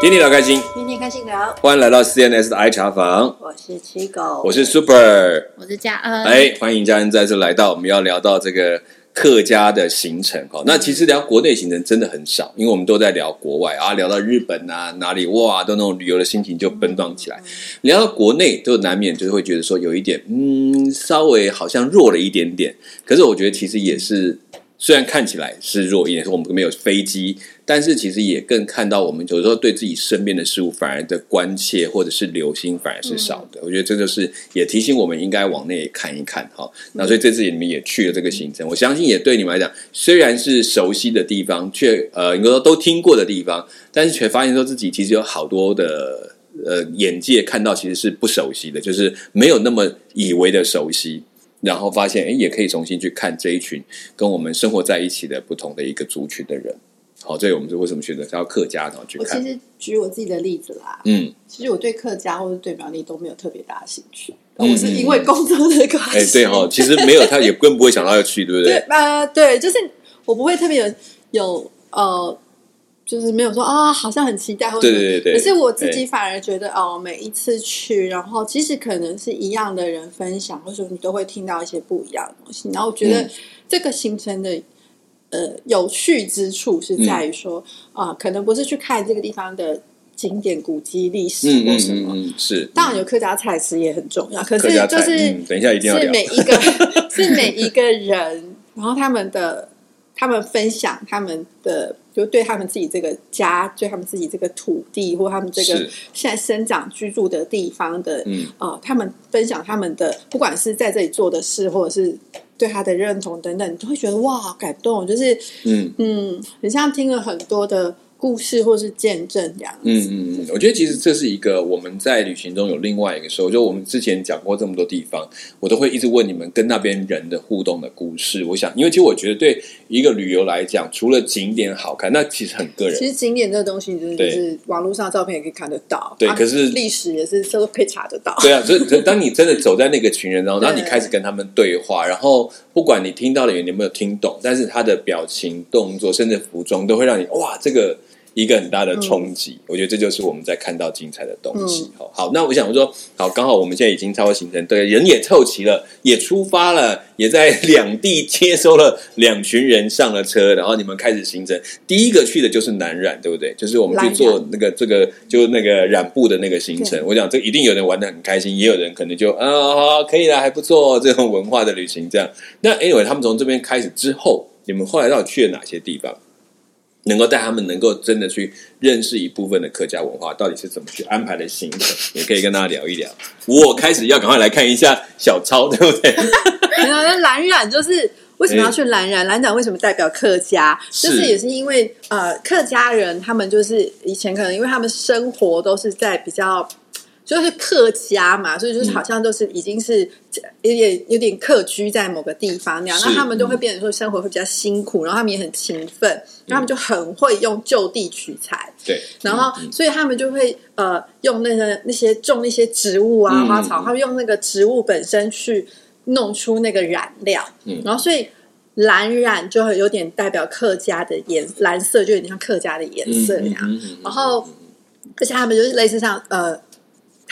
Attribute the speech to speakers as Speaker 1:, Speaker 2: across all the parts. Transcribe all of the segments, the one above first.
Speaker 1: 天天聊开心，
Speaker 2: 天天开心聊，
Speaker 1: 欢迎来到 CNS 的 I 茶房，
Speaker 2: 我是七狗，
Speaker 1: 我是 Super，
Speaker 3: 我是嘉
Speaker 2: 嗯
Speaker 3: 恩。
Speaker 1: 哎，欢迎家人再次来到，我们要聊到这个客家的行程哈。那其实聊国内行程真的很少，因为我们都在聊国外啊，聊到日本啊哪里哇，都那种旅游的心情就奔放起来。聊到国内，就难免就是会觉得说有一点，嗯，稍微好像弱了一点点。可是我觉得其实也是，虽然看起来是弱一点，说我们没有飞机，但是其实也更看到我们有时候对自己身边的事物反而的关切或者是留心反而是少的。我觉得这就是也提醒我们应该往内看一看哈。那所以这次你们也去了这个行程，我相信也对你们来讲，虽然是熟悉的地方，却呃应该说都听过的地方，但是却发现说自己其实有好多的。呃，眼界看到其实是不熟悉的，就是没有那么以为的熟悉。然后发现，哎，也可以重新去看这一群跟我们生活在一起的不同的一个族群的人。好，这个我们是为什么选择到客家然后去
Speaker 2: 我
Speaker 1: 看
Speaker 2: 其？实举我自己的例子啦，
Speaker 1: 嗯，
Speaker 2: 其实我对客家或者对苗栗都没有特别大的兴趣，
Speaker 1: 嗯
Speaker 2: 我是因为工作的关系。
Speaker 1: 哎，对哦，其实没有他也更不会想到要去，对不
Speaker 2: 对
Speaker 1: 对？
Speaker 2: 啊、对，就是我不会特别有有呃，就是没有说啊，好像很期待或者
Speaker 1: 对对对对
Speaker 2: 可是我自己反而觉得哦，每一次去，然后即使可能是一样的人分享，或者你都会听到一些不一样的东西。然后我觉得
Speaker 1: 嗯
Speaker 2: 这个行程的。呃，有趣之处
Speaker 1: 嗯
Speaker 2: 是在于说，啊、可能不是去看这个地方的景点、古迹、历史
Speaker 1: 嗯
Speaker 2: 或
Speaker 1: 嗯
Speaker 2: 什
Speaker 1: 嗯
Speaker 2: 么，
Speaker 1: 嗯，是。
Speaker 2: 当然有客家菜吃也很重要，可是
Speaker 1: 客家菜，
Speaker 2: 就是、
Speaker 1: 嗯，等一下一定要
Speaker 2: 是
Speaker 1: 聊。
Speaker 2: 每一个是每一个人，然后他们的他们分享他们的，就对他们自己这个家，对他们自己这个土地，或他们这个
Speaker 1: 是
Speaker 2: 现在生长居住的地方的，
Speaker 1: 嗯
Speaker 2: 呃，他们分享他们的，不管是在这里做的事，或者是对他的认同等等，你都会觉得哇，好感动，就是
Speaker 1: 嗯
Speaker 2: 嗯，很像听了很多的故事或是见证这样子。
Speaker 1: 嗯嗯嗯，我觉得其实这是一个我们在旅行中有另外一个收获，就我们之前讲过这么多地方，我都会一直问你们跟那边人的互动的故事。我想，因为其实我觉得对一个旅游来讲，除了景点好看，那其实很个人。
Speaker 2: 其实景点这个东西，就是就
Speaker 1: 对
Speaker 2: 是网络上照片也可以看得到，
Speaker 1: 对
Speaker 2: 啊
Speaker 1: 可是
Speaker 2: 历史也是都可以查得到。
Speaker 1: 对啊，所以所以当你真的走在那个群人当中，然后你
Speaker 2: 对
Speaker 1: 开始跟他们对话，然后不管你听到的人有没有听懂，但是他的表情、动作，甚至服装，都会让你哇，这个一个很大的冲击。我觉得这就是我们在看到精彩的东西。好，好，那我想说，好，刚好我们现在已经超过行程，对，人也凑齐了，也出发了，也在两地接收了两群人上了车，然后你们开始行程。第一个去的就是南染，对不对？就是我们去
Speaker 2: 南
Speaker 1: 做
Speaker 2: 染
Speaker 1: 那个这个就那个染布的那个行程
Speaker 2: 对，
Speaker 1: 我想这一定有人玩的很开心，也有人可能就啊、好可以啦，还不错、哦，这种文化的旅行这样。那 anyway，他们从这边开始之后，你们后来到底去了哪些地方？能够带他们能够真的去认识一部分的客家文化，到底是怎么去安排的行程，也可以跟大家聊一聊。我开始要赶快来看一下小超，对不 对？
Speaker 2: 没有，那蓝染就是为什么要去蓝染？蓝染为什么代表客家？
Speaker 1: 是
Speaker 2: 就是也是因为呃，客家人他们就是以前可能因为他们生活都是在比较。就是客家嘛，所以就是好像都是已经是有点有点客居在某个地方那样，
Speaker 1: 是
Speaker 2: 那他们就会变成说生活会比较辛苦，然后他们也很勤奋，然后他们就很会用就地取材，
Speaker 1: 对，
Speaker 2: 然后，
Speaker 1: 嗯
Speaker 2: 所以他们就会呃用那个那些种那些植物啊、
Speaker 1: 嗯
Speaker 2: 花草
Speaker 1: 嗯，
Speaker 2: 他们用那个植物本身去弄出那个染料，
Speaker 1: 嗯
Speaker 2: 然后所以蓝染就会有点代表客家的颜，蓝色就有点像客家的
Speaker 1: 嗯
Speaker 2: 颜色那样。然后，而且他们就是类似像呃，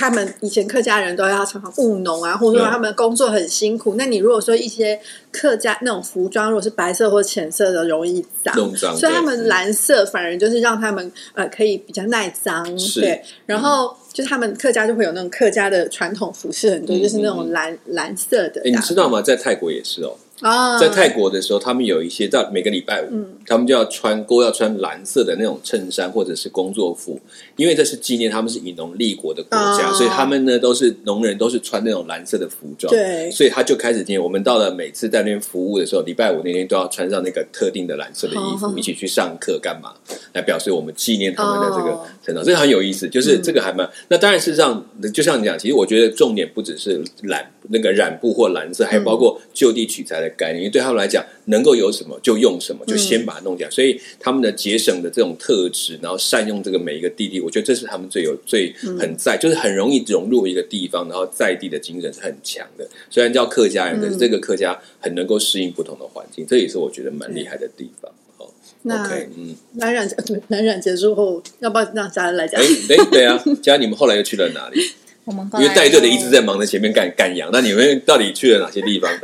Speaker 2: 他们以前客家人都要常常务农啊，或者说
Speaker 1: 对
Speaker 2: 他们工作很辛苦。那你如果说一些客家那种服装，如果是白色或浅色的，容易脏，
Speaker 1: 弄脏
Speaker 2: 所以他
Speaker 1: 对
Speaker 2: 们
Speaker 1: 嗯
Speaker 2: 蓝色反而就是让他们呃可以比较耐脏，
Speaker 1: 是
Speaker 2: 对。然后就是他们客家就会有那种客家的传统服饰，很多
Speaker 1: 嗯
Speaker 2: 就是那
Speaker 1: 嗯
Speaker 2: 种蓝蓝色的
Speaker 1: 哎，你知道吗？在泰国也是哦，
Speaker 2: 啊，
Speaker 1: 在泰国的时候，他们有一些到每个礼拜五，
Speaker 2: 嗯
Speaker 1: 他们就要穿都要穿蓝色的那种衬衫或者是工作服，因为这是纪念他们是以农立国的国家，
Speaker 2: 哦
Speaker 1: 所以他们呢都是农人都是穿那种蓝色的服装。
Speaker 2: 对
Speaker 1: 所以他就开始念。我们到了每次在那边服务的时候，礼拜五那天都要穿上那个特定的蓝色的衣服，
Speaker 2: 哦
Speaker 1: 一起去上课干嘛？来表示我们纪念他们的这个
Speaker 2: 哦
Speaker 1: 成长，这个很有意思。就是这个还蛮……那当然，事实上，就像你讲，其实我觉得重点不只是染那个染布或蓝色，还包括就地取材的概念。因为对他们来讲，能够有什么就用什么，就先把它弄起来。所以他们的节省的这种特质，然后善用这个每一个地地，我觉得这是他们最有最很在，就是很容易融入一个地方，然后在地的精神是很强的。虽然叫客家人，可是这个客家很能够适应不同的环境，这也是我觉得蛮厉害的地方。哦
Speaker 2: 那
Speaker 1: OK，嗯，
Speaker 2: 蓝染蓝染结束后，要不要让家人来讲
Speaker 1: 哎？哎对啊，佳，你们后来又去了哪里？
Speaker 3: 我们后
Speaker 1: 因
Speaker 3: 来
Speaker 1: 为带队的一
Speaker 3: 就
Speaker 1: 直在忙着前面赶赶羊，那你们到底去了哪些地方呢？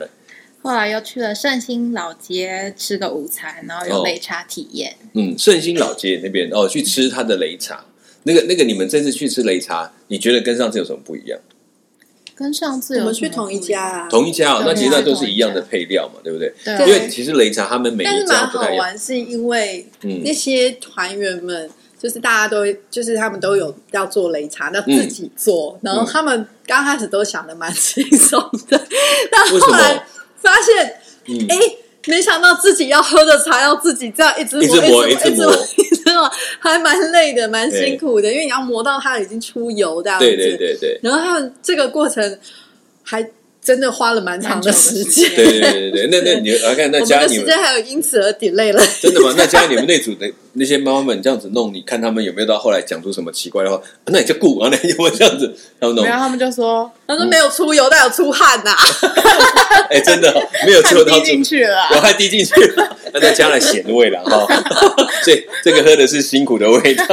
Speaker 3: 后来又去了圣心老街吃个午餐，然后
Speaker 1: 哦
Speaker 3: 有擂茶体验。
Speaker 1: 嗯，圣心老街那边哦，去吃他的擂茶。那个那个，你们这次去吃擂茶，你觉得跟上次有什么不一样？
Speaker 3: 跟上次有
Speaker 2: 我们去
Speaker 3: 什么
Speaker 2: 同一
Speaker 3: 不样
Speaker 2: 家，啊，
Speaker 1: 同一家哦，
Speaker 3: 对
Speaker 1: 那其实那都是一样的配料嘛，对不对？
Speaker 3: 对
Speaker 1: 因为其实擂茶他们每
Speaker 2: 但
Speaker 1: 一
Speaker 2: 是蛮
Speaker 1: 家不
Speaker 2: 好
Speaker 1: 太一样，
Speaker 2: 玩，是因为
Speaker 1: 嗯
Speaker 2: 那些团员们，就是大家都就是他们都有要做擂茶，那自己做，然后他们刚开始都想的蛮轻松的，但
Speaker 1: 嗯为什
Speaker 2: 后来
Speaker 1: 么？
Speaker 2: 发现，
Speaker 1: 嗯
Speaker 2: 哎、没想到自己要喝的茶要自己这样一直
Speaker 1: 一直磨
Speaker 2: 磨一
Speaker 1: 一直
Speaker 2: 磨
Speaker 1: 磨
Speaker 2: 一直磨，还蛮累的，蛮辛苦的，因为你要磨到它已经出油这样子。
Speaker 1: 对对对对。
Speaker 2: 然后他们这个过程还真的花了蛮长的时间，
Speaker 1: 对对对对对，那那你啊，看那
Speaker 2: 我们
Speaker 1: 家
Speaker 2: 的
Speaker 1: 你
Speaker 2: 时
Speaker 1: 们
Speaker 2: 间还有因此而 delay 了。
Speaker 1: 真的吗？那家你们那组的那些妈妈们这样子弄，你看他们有没有到后来讲出什么奇怪的话？啊那你就顾啊，那你有没有这样子？他们弄，
Speaker 3: 然后他们就说
Speaker 2: 他说没有出油，但有出汗呐、
Speaker 1: 哎，真的哦没有
Speaker 3: 汗
Speaker 1: 吃到
Speaker 3: 滴
Speaker 1: 组
Speaker 3: 进去了啊，
Speaker 1: 我还滴进去了，那再加了咸味了哈， 所以这个喝的是辛苦的味 道。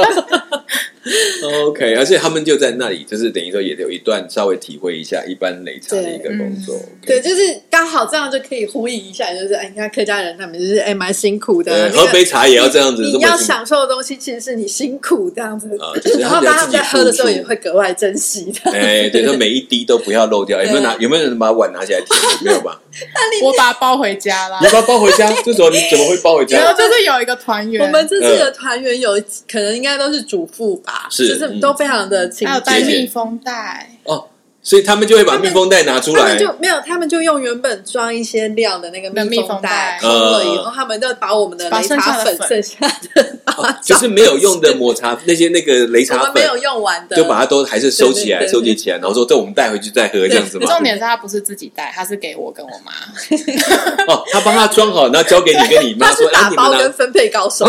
Speaker 1: OK，而且他们就在那里，就是等于说也有一段稍微体会一下一般擂茶的一个工作。
Speaker 2: 对，嗯就是刚好这样就可以呼应一下，就是哎，你看客家人他们就是哎蛮辛苦的，
Speaker 1: 呃，
Speaker 2: 那
Speaker 1: 喝
Speaker 2: 个
Speaker 1: 杯茶也要这样子，
Speaker 2: 你
Speaker 1: 这
Speaker 2: 要
Speaker 1: 么辛苦
Speaker 2: 享受的东西，其实是你辛苦这样子
Speaker 1: 啊就是。
Speaker 2: 然
Speaker 1: 他
Speaker 2: 后
Speaker 1: 们要自
Speaker 2: 当他们
Speaker 1: 己
Speaker 2: 在喝的时候，
Speaker 1: 付出
Speaker 2: 也会格外珍惜的。
Speaker 1: 哎，对，说每一滴都不要漏掉。有没有拿？有没有人把碗拿起来舔？没有吧？
Speaker 3: 我把它包回家啦
Speaker 1: 你。把它包回家，这时候你怎么会包回
Speaker 3: 然
Speaker 1: 家
Speaker 3: 后？就是有一个团员，
Speaker 2: 我们这次的团员有可能应该都是主妇吧，
Speaker 1: 嗯是嗯
Speaker 2: 就是都非常的勤
Speaker 3: 还有
Speaker 2: 俭
Speaker 3: 带密封袋，
Speaker 1: 哦，所以他们就会把密封袋拿出
Speaker 2: 他
Speaker 1: 来
Speaker 2: 们。就没有，他们就用原本装一些量的那个
Speaker 3: 那
Speaker 2: 密
Speaker 3: 密
Speaker 2: 封
Speaker 3: 封
Speaker 2: 袋
Speaker 3: 袋
Speaker 2: 空了以后，
Speaker 1: 嗯
Speaker 2: 他们就把我们的
Speaker 3: 把
Speaker 2: 擂
Speaker 3: 剩
Speaker 2: 茶
Speaker 3: 下的
Speaker 2: 粉
Speaker 3: 粉
Speaker 2: 剩下的把它
Speaker 1: 哦就是没有用的抹茶那些那个擂
Speaker 2: 我
Speaker 1: 茶
Speaker 2: 们
Speaker 1: 粉
Speaker 2: 没，有用完的，
Speaker 1: 就把它都还是收起来，
Speaker 2: 对对对
Speaker 1: 收集起来，然后说这我们带回去再喝这样子嘛。
Speaker 3: 重点是他不是自己带，他是给我跟我妈。
Speaker 1: 哦，他帮他装好，然后交给你跟你妈
Speaker 2: 他
Speaker 1: 说
Speaker 2: 是，
Speaker 1: 哎，
Speaker 2: 打
Speaker 1: 你
Speaker 2: 包
Speaker 1: 们
Speaker 2: 跟
Speaker 1: 拿。哦
Speaker 2: 分配高手，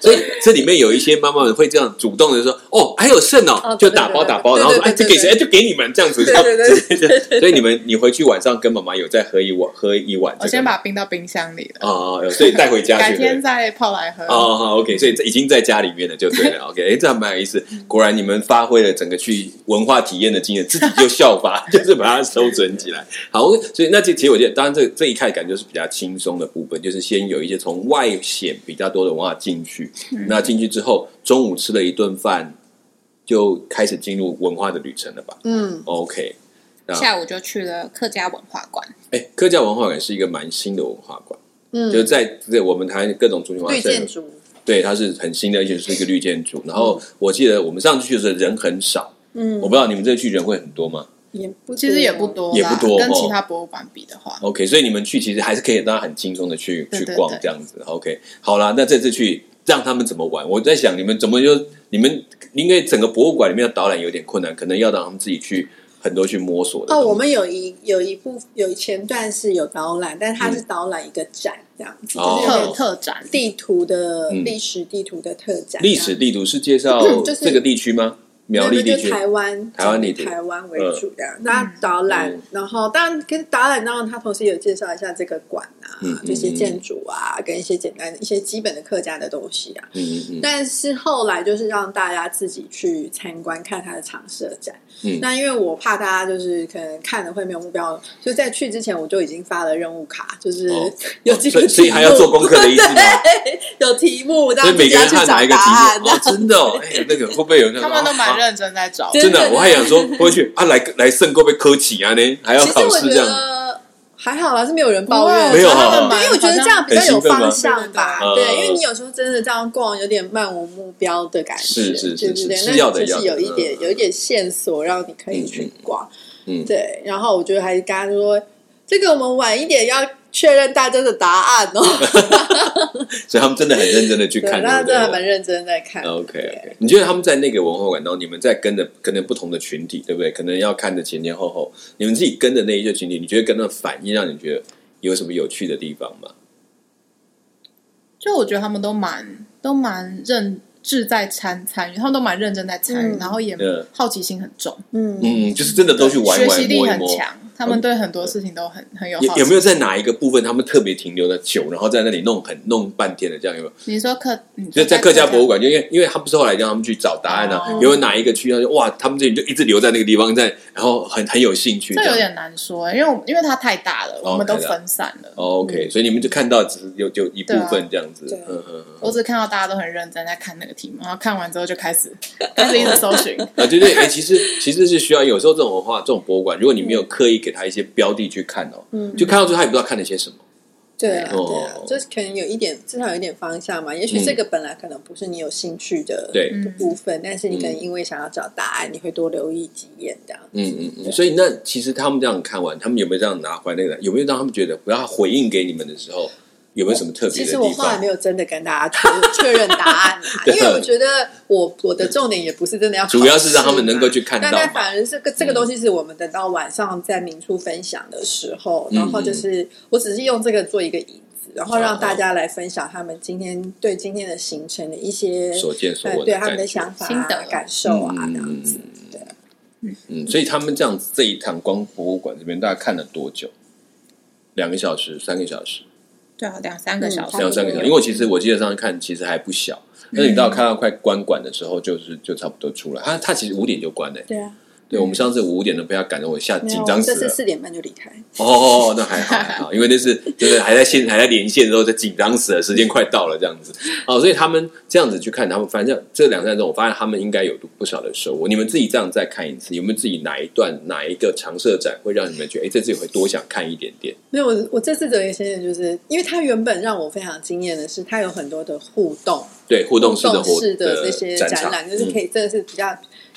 Speaker 1: 所以这里面有一些妈妈们会这样主动的说，哦，还有剩哦
Speaker 2: 哦，
Speaker 1: 就
Speaker 2: 对
Speaker 1: 打包
Speaker 2: 对对
Speaker 1: 打包，然后说哎，
Speaker 2: 对
Speaker 1: 这
Speaker 2: 对
Speaker 1: 给
Speaker 2: 对
Speaker 1: 谁？哎，就给你们这样子。
Speaker 2: 对对对
Speaker 1: 对 所以你们，你回去晚上跟妈妈有再喝一碗，喝一碗这个吗。
Speaker 3: 我先把它冰到冰箱里
Speaker 1: 哦
Speaker 3: 了，
Speaker 1: 哦，哦所以带回家
Speaker 3: 改
Speaker 1: 去。对
Speaker 3: 天再泡来喝。
Speaker 1: 哦，好，OK，所以这已经在家里面了，就对了。OK，哎，这还蛮有意思。果然你们发挥了整个去文化体验的经验，自己就效法， 就是把它收整起来。好，所以那这其实我觉得，当然这这一看感觉是比较轻松的部分，就是先有一些从外显比较多的文化进去。那进去之后，中午吃了一顿饭，就开始进入文化的旅程了吧
Speaker 2: 嗯，
Speaker 1: ？OK，
Speaker 3: 下午就去了客家文化馆，
Speaker 1: 哎，客家文化馆是一个蛮新的文化馆，
Speaker 2: 嗯
Speaker 1: 就是在在我们台湾各种族群文化
Speaker 2: 绿
Speaker 1: 盛
Speaker 2: 建
Speaker 1: 行
Speaker 2: 筑，
Speaker 1: 对，它是很新的，而且是一个绿建筑。然后我记得我们上去的时候人很少，
Speaker 2: 嗯
Speaker 1: 我不知道你们这去人会很多吗
Speaker 2: 也不
Speaker 3: 其实也不多啦，
Speaker 1: 也不多
Speaker 3: 跟
Speaker 1: 哦
Speaker 3: 其他博物馆比的话，
Speaker 1: ？OK，所以你们去其实还是可以，大家很轻松的去
Speaker 3: 对
Speaker 1: 去
Speaker 3: 对
Speaker 1: 逛
Speaker 3: 对
Speaker 1: 这样子。OK，好啦，那这次去让他们怎么玩？我在想你们怎么就你们因为整个博物馆里面的导览有点困难，可能要让他们自己去很多去摸索的东
Speaker 2: 哦，
Speaker 1: 西。
Speaker 2: 我们有一有一部有前段是有导览，但它是导览一个展这样子，
Speaker 1: 嗯哦
Speaker 2: 就是有点
Speaker 3: 特特展。
Speaker 2: 地图的
Speaker 1: 嗯
Speaker 2: 历史地图的特展，
Speaker 1: 历史地图是介绍
Speaker 2: 嗯就是
Speaker 1: 这个地区吗？苗栗
Speaker 2: 那
Speaker 1: 地
Speaker 2: 就
Speaker 1: 区
Speaker 2: 是台湾
Speaker 1: 台湾地区
Speaker 2: 台湾为主的。那导览
Speaker 1: 嗯，
Speaker 2: 然后当然跟导览，当然他同时有介绍一下这个馆啊
Speaker 1: 嗯嗯，
Speaker 2: 这些建筑啊，跟一些简单一些基本的客家的东西啊。
Speaker 1: 嗯嗯嗯
Speaker 2: 但是后来就是让大家自己去参观看它的常设展。
Speaker 1: 嗯
Speaker 2: 那因为我怕大家就是可能看了会没有目标，所以在去之前我就已经发了任务卡，就是
Speaker 1: 哦
Speaker 2: 有几
Speaker 1: 所
Speaker 2: 个
Speaker 1: 以所以还要
Speaker 2: 题目
Speaker 1: 做功课的意思 吗？
Speaker 2: 有题目，然
Speaker 1: 所
Speaker 2: 后
Speaker 1: 以每
Speaker 2: 自己
Speaker 1: 个
Speaker 2: 要
Speaker 1: 人
Speaker 2: 去
Speaker 1: 看
Speaker 2: 找
Speaker 1: 哪一个
Speaker 2: 答案
Speaker 1: 题。目？哦，真的哦，哎，那个会不会有那种？
Speaker 3: 他们都蛮
Speaker 1: 啊
Speaker 3: 认真在找，
Speaker 1: 真的
Speaker 2: 真，的
Speaker 1: 我还想说，过去啊，来来圣会不会科起啊呢？还要
Speaker 2: 其实
Speaker 1: 考
Speaker 2: 我
Speaker 1: 试
Speaker 2: 觉
Speaker 1: 这样，
Speaker 2: 得还好啦，是没有人抱
Speaker 3: 不
Speaker 2: 怨，
Speaker 3: 会
Speaker 1: 没有啊
Speaker 3: 他
Speaker 1: 哈
Speaker 3: 们蛮
Speaker 2: 因为我觉得这样比较有方向吧
Speaker 1: 很兴奋吗，
Speaker 2: 对，
Speaker 1: 嗯
Speaker 2: 因为你有时候真的这样逛，有点漫无目标的感觉，
Speaker 1: 是是是
Speaker 2: 对不对？
Speaker 1: 是是要
Speaker 2: 那
Speaker 1: 的
Speaker 2: 就是
Speaker 1: 要
Speaker 2: 有
Speaker 1: 的
Speaker 2: 一点
Speaker 1: 嗯
Speaker 2: 有一点线索，让你可以去逛，
Speaker 1: 嗯嗯嗯
Speaker 2: 对。然后我觉得还是跟他说，这个我们晚一点要确认大家的答案 哦。
Speaker 1: 所以他们真的很认真的去
Speaker 2: 对，
Speaker 1: 看，
Speaker 2: 那真的
Speaker 1: 对
Speaker 2: 还
Speaker 1: 不
Speaker 2: 蛮认真在看。
Speaker 1: 对？OK
Speaker 2: 对
Speaker 1: OK，你觉得他们在那个文化馆当中，你们在跟着可能不同的群体，对不对？可能要看着前前后后，你们自己跟着那一些群体，你觉得跟着反应让你觉得有什么有趣的地方吗？
Speaker 3: 就我觉得他们都蛮都蛮认志在参参与，他们都蛮认真在参与，
Speaker 2: 嗯
Speaker 3: 然后也
Speaker 1: 嗯
Speaker 3: 好奇心很重，
Speaker 2: 嗯，
Speaker 1: 嗯，就是真的都去玩
Speaker 3: 学
Speaker 1: 玩
Speaker 3: 习力
Speaker 1: 摸一
Speaker 3: 很
Speaker 1: 摸，
Speaker 3: 强，他们对很多事情都很很有好
Speaker 1: 有
Speaker 3: 奇。
Speaker 1: 有没有在哪一个部分他们特别停留的久，然后在那里弄很弄半天的这样有没有？
Speaker 3: 你说客，你
Speaker 1: 就
Speaker 3: 说
Speaker 1: 在客家博物
Speaker 3: 馆，
Speaker 1: 馆，就因为因为他不是后来让他们去找答案啊
Speaker 3: 哦，
Speaker 1: 有哪一个区他就哇，他们这里就一直留在那个地方在，然后很很有兴趣这
Speaker 3: 这
Speaker 1: 样。
Speaker 3: 有点难说，欸因为我因为它太大了，
Speaker 1: 哦
Speaker 3: 我们都
Speaker 1: 太大
Speaker 3: 分散了。
Speaker 1: 哦 OK，所以你们就看到只是有有一部分这样子
Speaker 2: 嗯对啊，
Speaker 1: 嗯嗯嗯，
Speaker 3: 我只看到大家都很认真在看那个题目，然后看完之后就开始开始一直搜 寻，
Speaker 1: 啊，对对，哎，其实其实是需要有时候这种文化这种博物馆，如果你没有刻意给他一些标的去看哦，
Speaker 2: 嗯，
Speaker 1: 就看到最后他也不知道看了些什么。
Speaker 2: 对啊，
Speaker 1: 哦
Speaker 2: 对啊，就是可能有一点，至少有一点方向嘛。也许这个本来可能不是你有兴趣的
Speaker 1: 嗯对
Speaker 2: 的部分，但是你可能因为想要找答案，你会多留意几眼这样。
Speaker 1: 嗯嗯嗯，所以那其实他们这样看完，他们有没有这样拿回来那个？有没有让他们觉得，不要他回应给你们的时候，有没有什么特别
Speaker 2: 其
Speaker 1: 的
Speaker 2: 实我
Speaker 1: 地
Speaker 2: 后来
Speaker 1: 方
Speaker 2: 没？有真的跟大家确确认答案啦，因
Speaker 1: 对
Speaker 2: 为我觉得我我的重点也不是真的要考试嘛，
Speaker 1: 主要是让他们能够去看到嘛嗯
Speaker 2: 但但反而这个这个东西是我们等到晚上在明初分享的时候，
Speaker 1: 嗯哦
Speaker 2: 然后就是我只是用这个做一个引子，然后让大家来分享他们今天对今天的行程的一些
Speaker 1: 所见所
Speaker 2: 呃
Speaker 1: 闻
Speaker 2: 对
Speaker 1: 的
Speaker 2: 他们
Speaker 1: 感
Speaker 2: 的
Speaker 1: 觉。
Speaker 2: 想法
Speaker 3: 心得
Speaker 2: 啊、感受啊
Speaker 1: 嗯
Speaker 2: 这样子。对，啊
Speaker 1: 嗯，所以他们这样子这一趟光博物馆这边大概看了多久？两个小时、三个小时、
Speaker 3: 对啊，两三个小时，
Speaker 2: 嗯
Speaker 1: 两三个小时，因为我其实我记得上次看其实还不小，但是你到看到快关馆的时候，就是就差不多出来。他他其实五点就关了、欸
Speaker 2: 对啊，
Speaker 1: 对我们上次五点都被他赶得我吓
Speaker 2: 没
Speaker 1: 紧
Speaker 2: 有，
Speaker 1: 张死
Speaker 2: 这
Speaker 1: 了。
Speaker 2: 次四点半就离开。
Speaker 1: 哦哦，哦，那还好还 好，因为那是就是还在线还在连线的时候，就紧张死了，时间快到了这样子。哦，所以他们这样子去看，他们反正这两站中，我发现他们应该有不少的收获。你们自己这样再看一次，有没有自己哪一段哪一个常设展会让你们觉得，哎，这次会多想看一点点？
Speaker 2: 没有，我我这次的一个先生就是，因为他原本让我非常惊艳的是，他有很多的互动，
Speaker 1: 对，互动式
Speaker 2: 动
Speaker 1: 活
Speaker 2: 式的这些
Speaker 1: 的展啊 场嗯
Speaker 2: 览，就是可
Speaker 1: 以
Speaker 2: 以，这个是比较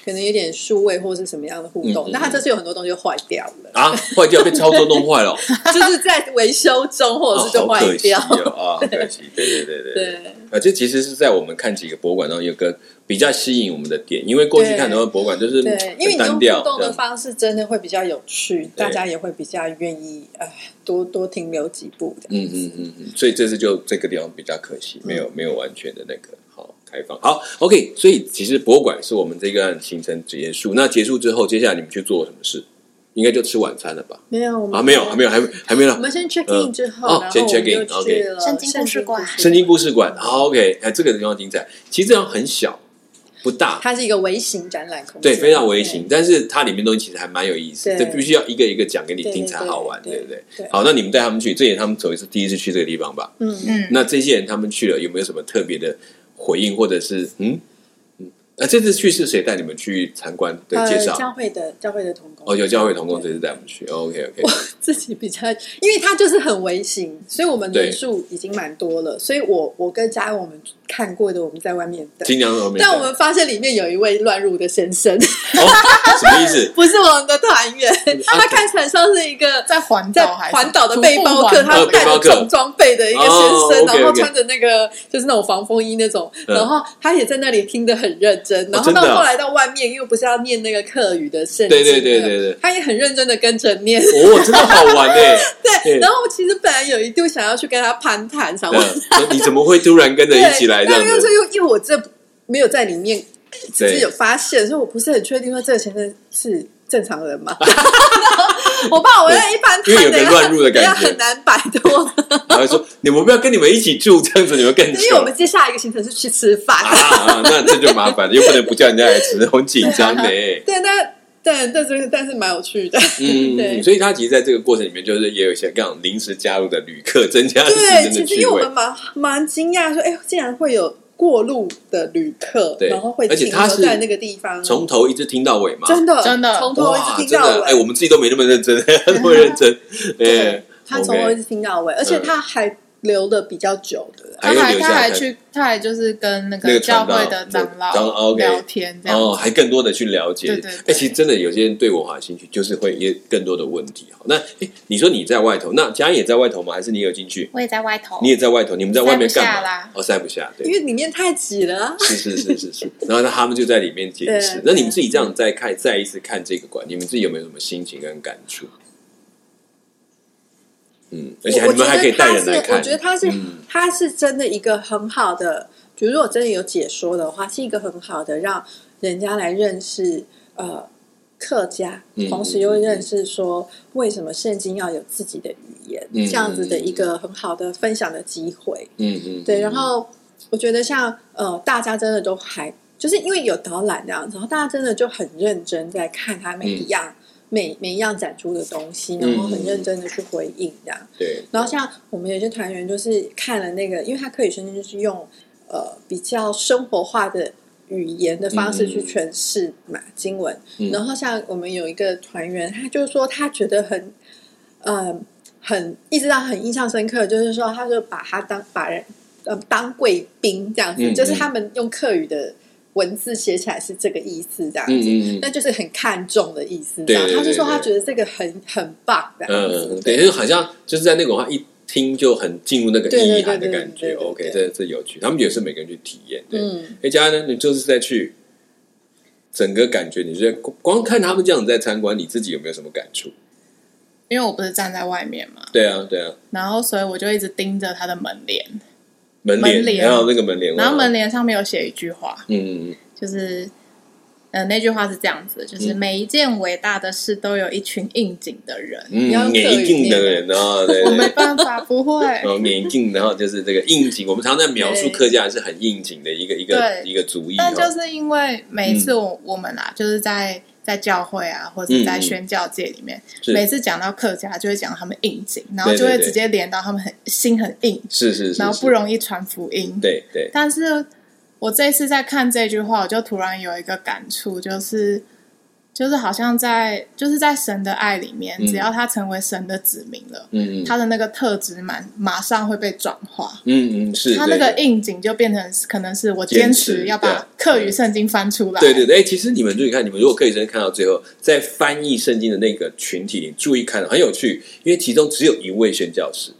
Speaker 2: 可能有点数位或是什么样的互
Speaker 1: 嗯嗯
Speaker 2: 动。那他这次有很多东西就坏掉了，
Speaker 1: 啊，坏掉被操作弄坏了，
Speaker 2: 就是在维修中或者是
Speaker 1: 啊
Speaker 2: 就
Speaker 1: 好
Speaker 2: 坏
Speaker 1: 可惜
Speaker 2: 掉。
Speaker 1: 哦啊，可惜，对对对对对。
Speaker 2: 对
Speaker 1: 啊，这其实是在我们看几个博物馆中有个比较吸引我们的点，因为过去看很多博物馆就是
Speaker 2: 对，因
Speaker 1: 很
Speaker 2: 为你用
Speaker 1: 单
Speaker 2: 互
Speaker 1: 调，
Speaker 2: 动
Speaker 1: 这
Speaker 2: 的
Speaker 1: 样
Speaker 2: 方式真的会比较有趣，
Speaker 1: 对
Speaker 2: 大家也会比较愿意呃多多停留几步的。
Speaker 1: 嗯嗯嗯嗯，所以这次就这个地方比较可惜，没有、
Speaker 2: 嗯
Speaker 1: 没有完全的那个好开放。好，OK，所以其实博物馆是我们这个行程结束。那结束之后，接下来你们去做什么事？应该就吃晚餐了吧？
Speaker 2: 没有，我们
Speaker 1: 啊，没有，还没有，还没还没
Speaker 2: 我
Speaker 1: 了。
Speaker 2: 们先 check
Speaker 1: 嗯
Speaker 2: in 之后，
Speaker 1: 哦
Speaker 2: 然后
Speaker 1: 先
Speaker 2: 我们
Speaker 1: check in，
Speaker 2: 就去
Speaker 1: OK
Speaker 2: 了
Speaker 3: 圣经故事馆
Speaker 1: 圣经故事馆、好 o k 哎，这个地方精彩。其实这样很小，不大，
Speaker 2: 它是一个微型展览空间，
Speaker 1: 对，非常微型，但是它里面东西其实还蛮有意思，这
Speaker 2: 对
Speaker 1: 必须要一个一个讲给你
Speaker 2: 对
Speaker 1: 听
Speaker 2: 对
Speaker 1: 才
Speaker 2: 对
Speaker 1: 好玩，
Speaker 2: 对
Speaker 1: 对不对？
Speaker 2: 对
Speaker 1: 好，那你们带他们去，这也他们走一次第一次去这个地方吧。
Speaker 2: 对。嗯，
Speaker 3: 嗯，
Speaker 1: 那这些人他们去了有没有什么特别的回应，或者是嗯嗯？啊，这次去是谁带你们去参观的介绍
Speaker 2: 呃、？教会的教会的童工，
Speaker 1: 哦，有教会同工这
Speaker 2: 对
Speaker 1: 次带我们去。OK OK，
Speaker 2: 自己比较，因为他就是很微型，所以我们
Speaker 1: 对
Speaker 2: 人数已经蛮多了，所以我我跟家人我们看过的，我们在外面 等。
Speaker 1: 尽量我们
Speaker 2: 但我们发现里面有一位乱入的先生，
Speaker 1: 哦，什么意思？
Speaker 2: 不是我们的团员，他看起来像是一个
Speaker 3: 在环
Speaker 2: 在
Speaker 3: 岛哦还是
Speaker 2: 环岛的背包客，
Speaker 3: 徒步环
Speaker 2: 他带
Speaker 3: 岛
Speaker 1: 哦
Speaker 2: 着
Speaker 1: 背包客
Speaker 2: 重装备的一个先
Speaker 1: 哦
Speaker 2: 生，
Speaker 1: ，OK，OK
Speaker 2: 然后穿着那个就是那种防风衣那种，
Speaker 1: 嗯
Speaker 2: 然后他也在那里听得很认真，然后
Speaker 1: 真的
Speaker 2: 到
Speaker 1: 啊
Speaker 2: 后来到外面，因为不是要念那个课语的圣经，
Speaker 1: 对
Speaker 2: 啊
Speaker 1: 对对对对
Speaker 2: 他也很认真的跟着念，
Speaker 1: 哦，真的好玩哎！
Speaker 2: 对，
Speaker 1: 对
Speaker 2: 然后我其实本来有一度想要去跟他攀谈，想问
Speaker 1: 嗯，你怎么会突然跟着
Speaker 2: 对，
Speaker 1: 一起来这
Speaker 2: 但
Speaker 1: 样
Speaker 2: 是
Speaker 1: 子？
Speaker 2: 又因为我这没有在里面，只是
Speaker 1: 对
Speaker 2: 有发现，所以我不是很确定说这个先生是正常人 嘛。我怕我在一般
Speaker 1: 对因为有
Speaker 2: 谈等一
Speaker 1: 个
Speaker 2: 下
Speaker 1: 乱入的感觉
Speaker 2: 等一下很难摆脱，
Speaker 1: 然后说你们不要跟你们一起住，这样子你们更
Speaker 2: 因为我
Speaker 1: 穷
Speaker 2: 们接下来一个行程是去吃饭。
Speaker 1: 啊啊！那这就麻烦了，又不能不叫人家来吃，很紧张的欸。
Speaker 2: 对，但但但是但是蛮有趣的，
Speaker 1: 嗯，嗯
Speaker 2: 对
Speaker 1: 所以他其实在这个过程里面，就是也有一些这样临时加入的旅客，增加了
Speaker 2: 对，
Speaker 1: 时间
Speaker 2: 其
Speaker 1: 的
Speaker 2: 实
Speaker 1: 趣
Speaker 2: 因为我
Speaker 1: 味
Speaker 2: 们。蛮蛮惊讶说，哎，竟然会有过路的旅客，
Speaker 1: 对
Speaker 2: 然后会
Speaker 1: 而且
Speaker 2: 停
Speaker 1: 他
Speaker 2: 留
Speaker 1: 是
Speaker 2: 在那个地哇
Speaker 1: 从头一直听到尾嘛，
Speaker 2: 真的
Speaker 3: 真的
Speaker 2: 从头一
Speaker 1: 哇，
Speaker 2: 直听
Speaker 1: 真
Speaker 2: 到
Speaker 1: 的，哎，
Speaker 2: 尾。
Speaker 1: 我们自己都没那么认 真， 那么认真，哎
Speaker 2: 对，他从头一直听到尾，而
Speaker 1: 嗯
Speaker 2: 且他还留的比较久的。
Speaker 1: 还哎有
Speaker 3: 他还
Speaker 1: 留下
Speaker 3: 他还
Speaker 1: 来
Speaker 3: 去，他还就是跟那
Speaker 1: 那个
Speaker 3: 个
Speaker 1: 传
Speaker 3: 教
Speaker 1: 道
Speaker 3: 会的长
Speaker 1: 长老
Speaker 3: 老
Speaker 1: ，OK
Speaker 3: 聊天，这样
Speaker 1: 哦，还更多的去了解。
Speaker 3: 对对
Speaker 1: 哎，
Speaker 3: 对
Speaker 1: 其实真的有些人对文化有兴趣，就是会也更多的问题。好，那哎，你说你在外头，那家人也在外头吗？还是你有进去？
Speaker 3: 我也在外头
Speaker 1: 你也在外头，你们在外面干
Speaker 3: 塞不下
Speaker 1: 嘛
Speaker 3: 啦？
Speaker 1: 哦，塞不下，对
Speaker 2: 因。为里面太挤了啊。
Speaker 1: 是是是是是，然后他们就在里面解释
Speaker 2: 对。
Speaker 1: 那你们自己这样再看，再一次看这个馆，你们自己有没有什么心情跟感触？嗯，而且还
Speaker 2: 我
Speaker 1: 你们还可以带人来看，
Speaker 2: 我觉得他是，我觉得他
Speaker 1: 嗯
Speaker 2: 是，他是真的一个很好的。比如，如果真的有解说的话，是一个很好的让人家来认识呃客家
Speaker 1: 嗯，
Speaker 2: 同时又认识说为什么圣经要有自己的语言，
Speaker 1: 嗯
Speaker 2: 这样子的一个很好的分享的机会。
Speaker 1: 嗯嗯，
Speaker 2: 对，然后我觉得像呃，大家真的都还就是因为有导览这样子，然后大家真的就很认真在看他每一样、每每一样展出的东西，然后很认真的去回应这样。
Speaker 1: 对，
Speaker 2: 然后像我们有些团员就是看了那个，因为他可以瞬间就是用呃比较生活化的语言的方式去诠释嘛经文。
Speaker 1: 嗯
Speaker 2: 然后像我们有一个团员，他就说他觉得很呃很一直让他很印象深刻，就是说他就把他当把人呃当贵宾这样子，
Speaker 1: 嗯
Speaker 2: 就是
Speaker 1: 嗯
Speaker 2: 他们用客语的文字写起来是这个意思这样子。
Speaker 1: 嗯嗯嗯
Speaker 2: 那就是很看重的意思，这
Speaker 1: 对
Speaker 2: 样
Speaker 1: 对
Speaker 2: 他就
Speaker 1: 对
Speaker 2: 说他
Speaker 1: 对
Speaker 2: 觉得这个很很棒，这样子。
Speaker 1: 嗯，对，就是好像就是在那个文化一听就很进入那个
Speaker 2: 对对
Speaker 1: 意涵的
Speaker 2: 对对
Speaker 1: 感觉。
Speaker 2: 对对
Speaker 1: OK，
Speaker 2: 对
Speaker 1: 这这有趣，他们也是每个人去体验。对，
Speaker 2: 嗯，
Speaker 1: 哎，佳安呢，你就是在去整个感觉，你觉得光看他们这样在参观，你自己有没有什么感触？
Speaker 3: 因为我不是站在外面嘛，
Speaker 1: 对啊，对啊，
Speaker 3: 然后所以我就一直盯着他的门帘，
Speaker 1: 门帘，
Speaker 3: 门帘
Speaker 1: 然后那个门帘，
Speaker 3: 然后门
Speaker 1: 帘，
Speaker 3: 帘上面有写一句话，
Speaker 1: 嗯嗯
Speaker 3: 就是，嗯、那句话是这样子，就是
Speaker 1: 嗯
Speaker 3: 每一件伟大的事都有一群应景的人，
Speaker 1: 嗯，嗯
Speaker 2: 要刻
Speaker 1: 眼
Speaker 2: 意
Speaker 1: 镜的
Speaker 2: 念
Speaker 1: 人啊，对
Speaker 3: 我没
Speaker 1: 对。
Speaker 3: 办法，不 会
Speaker 1: 然，后眼镜，然后就是这个应景。我们常常在描述
Speaker 3: 对
Speaker 1: 客家人是很应景的一个一个
Speaker 3: 对
Speaker 1: 一个哦族裔哈。
Speaker 3: 但就是因为每
Speaker 1: 嗯
Speaker 3: 次我、我们啊，就是在在教会啊，或者
Speaker 1: 嗯
Speaker 3: 在宣教界里面，
Speaker 1: 是
Speaker 3: 每次讲到客家，就会讲他们应景，然后
Speaker 1: 对对
Speaker 3: 就会
Speaker 1: 对
Speaker 3: 直接连到他们很心很硬，
Speaker 1: 是是是，
Speaker 3: 然后
Speaker 1: 是
Speaker 3: 不容易传福音。
Speaker 1: 对对，
Speaker 3: 但是我这次在看这句话，我就突然有一个感触，就是就是好像在就是在神的爱里面，
Speaker 1: 嗯
Speaker 3: 只要他成为神的子民了，
Speaker 1: 嗯嗯
Speaker 3: 他的那个特质马马上会被转化。
Speaker 1: 嗯嗯是，
Speaker 3: 他那
Speaker 1: 对
Speaker 3: 个
Speaker 1: 对
Speaker 3: 应景就变成是可能是我
Speaker 1: 坚
Speaker 3: 坚
Speaker 1: 持
Speaker 3: 持要
Speaker 1: 对
Speaker 3: 把课语圣经翻出来，
Speaker 1: 对对对，哎，其实你们注意看，你们如果可以真的看到最后，在翻译圣经的那个群体里，注意看，很有趣，因为其中只有一位宣教师。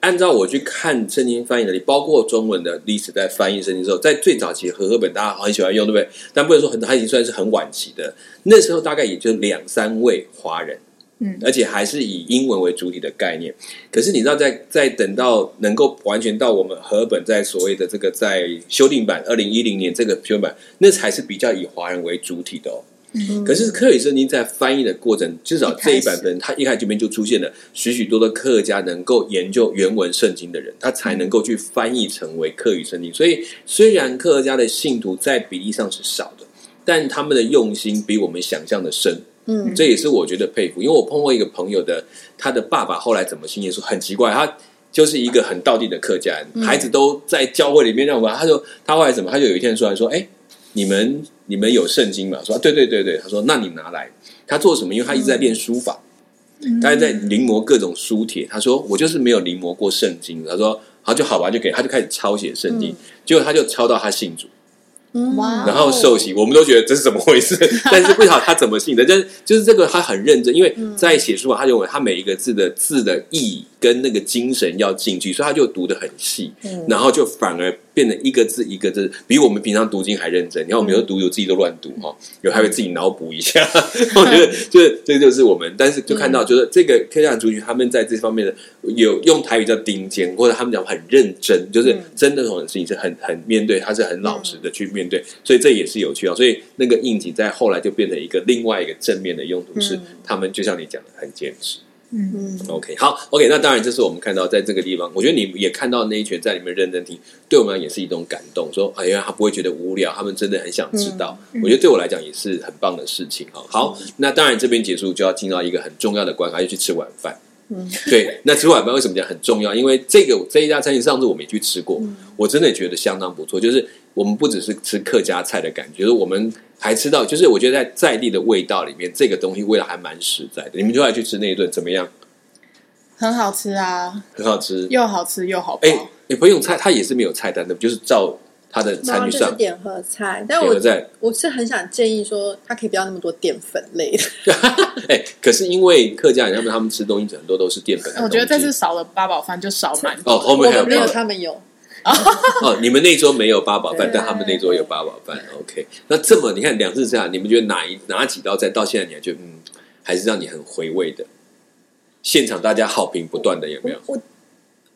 Speaker 1: 按照我去看圣经翻译能力，包括中文的历史，在翻译圣经之后，在最早期和合本大家很喜欢用，对不对？但不能说很，它已经算是很晚期的。那时候大概也就两三位华人，
Speaker 3: 嗯
Speaker 1: 而且还是以英文为主体的概念。可是你知道在，在等到能够完全到我们和本在所谓的这个在修订版二零一零年这个修订版，那才是比较以华人为主体的哦。
Speaker 2: 嗯
Speaker 1: 可是克里圣经在翻译的过程，至少这一版本，它一开始这边就出现了许许多多客家能够研究原文圣经的人，他才能够去翻译成为客语圣经。所以，虽然客家的信徒在比例上是少的，但他们的用心比我们想象的深。
Speaker 2: 嗯
Speaker 1: 这也是我觉得佩服，因为我碰过一个朋友的，他的爸爸后来怎么信耶稣，很奇怪，他就是一个很道地的客家人，孩子都在教会里面让我们，他就他后来怎么，他就有一天突然说，哎，你们你们有圣经嘛？说、啊对对对对，他说那你拿来，他做什么？因为他一直在练书法，他在临摹各种书帖。他说我就是没有临摹过圣经，他说好就好吧，就给他就开始抄写圣经，结果他就抄到他信主。
Speaker 2: 嗯
Speaker 3: 哇
Speaker 1: 然后受洗，我们都觉得这是怎么回事？但是不晓得他怎么信的，但是就是这个他很认真，因为在写书法，他认为他每一个字的字的意义跟那个精神要进去，所以他就读得很细，然后就反而变得一个字一个字，比我们平常读经还认真。你看我们有时候读有自己都乱读哈，有还会自己脑补一下。 我觉得就是这就是我们，但是就看到就是这个客家族群他们在这方面的有用台语叫顶尖，或者他们讲很认真，就是真的这种事情是很很面对，他是很老实的去面对，所以这也是有趣啊。所以那个应景在后来就变成一个另外一个正面的用途，是
Speaker 2: 嗯
Speaker 1: 他们就像你讲的很坚持。
Speaker 3: 嗯，
Speaker 2: 嗯
Speaker 1: OK，好，OK，那当然这是我们看到在这个地方，我觉得你也看到那一群在里面认真听，对我们来讲也是一种感动。说，哎呀，他不会觉得无聊，他们真的很想知道。
Speaker 2: 嗯
Speaker 1: 我觉得对我来讲也是很棒的事情哈。好，那当然这边结束就要进到一个很重要的关卡，要去吃晚饭。
Speaker 2: 嗯，
Speaker 1: 对，那吃晚饭为什么讲很重要？因为这个这一家餐厅上次我们也去吃过，
Speaker 2: 嗯
Speaker 1: 我真的觉得相当不错。就是我们不只是吃客家菜的感觉，就是我们还吃到，就是我觉得在在地的味道里面，这个东西味道还蛮实在的。你们就来去吃那一顿怎么样？
Speaker 3: 很好吃啊，
Speaker 1: 很好吃。
Speaker 3: 又好吃又好饱。
Speaker 1: 哎、你不用菜，它也是没有菜单的，就是照它的
Speaker 2: 然
Speaker 1: 餐
Speaker 2: 后
Speaker 1: 具
Speaker 2: 就是
Speaker 1: 上
Speaker 2: 点合菜，但
Speaker 1: 有
Speaker 2: 哎我
Speaker 1: 的在。
Speaker 2: 我是很想建议说，他可以不要那么多淀粉类 的。
Speaker 1: 哎、可是因为客家人他们他们吃东西很多都是淀粉的
Speaker 3: 哦我觉得这
Speaker 1: 东西
Speaker 3: 次少了八宝饭就少蛮多。
Speaker 1: 哦，后
Speaker 2: 我
Speaker 1: 面还有
Speaker 2: 们没
Speaker 1: 八
Speaker 2: 有，
Speaker 1: 宝
Speaker 2: 他们有。
Speaker 1: 哦，你们那桌没有八宝饭，
Speaker 3: 对
Speaker 1: 但他们那桌有八宝饭。OK，那这么你看两次这样，你们觉得哪一哪几道菜到现在你还觉得嗯，还是让你很回味的？现场大家好评不断的有
Speaker 2: 哦
Speaker 1: 没有？
Speaker 2: 我我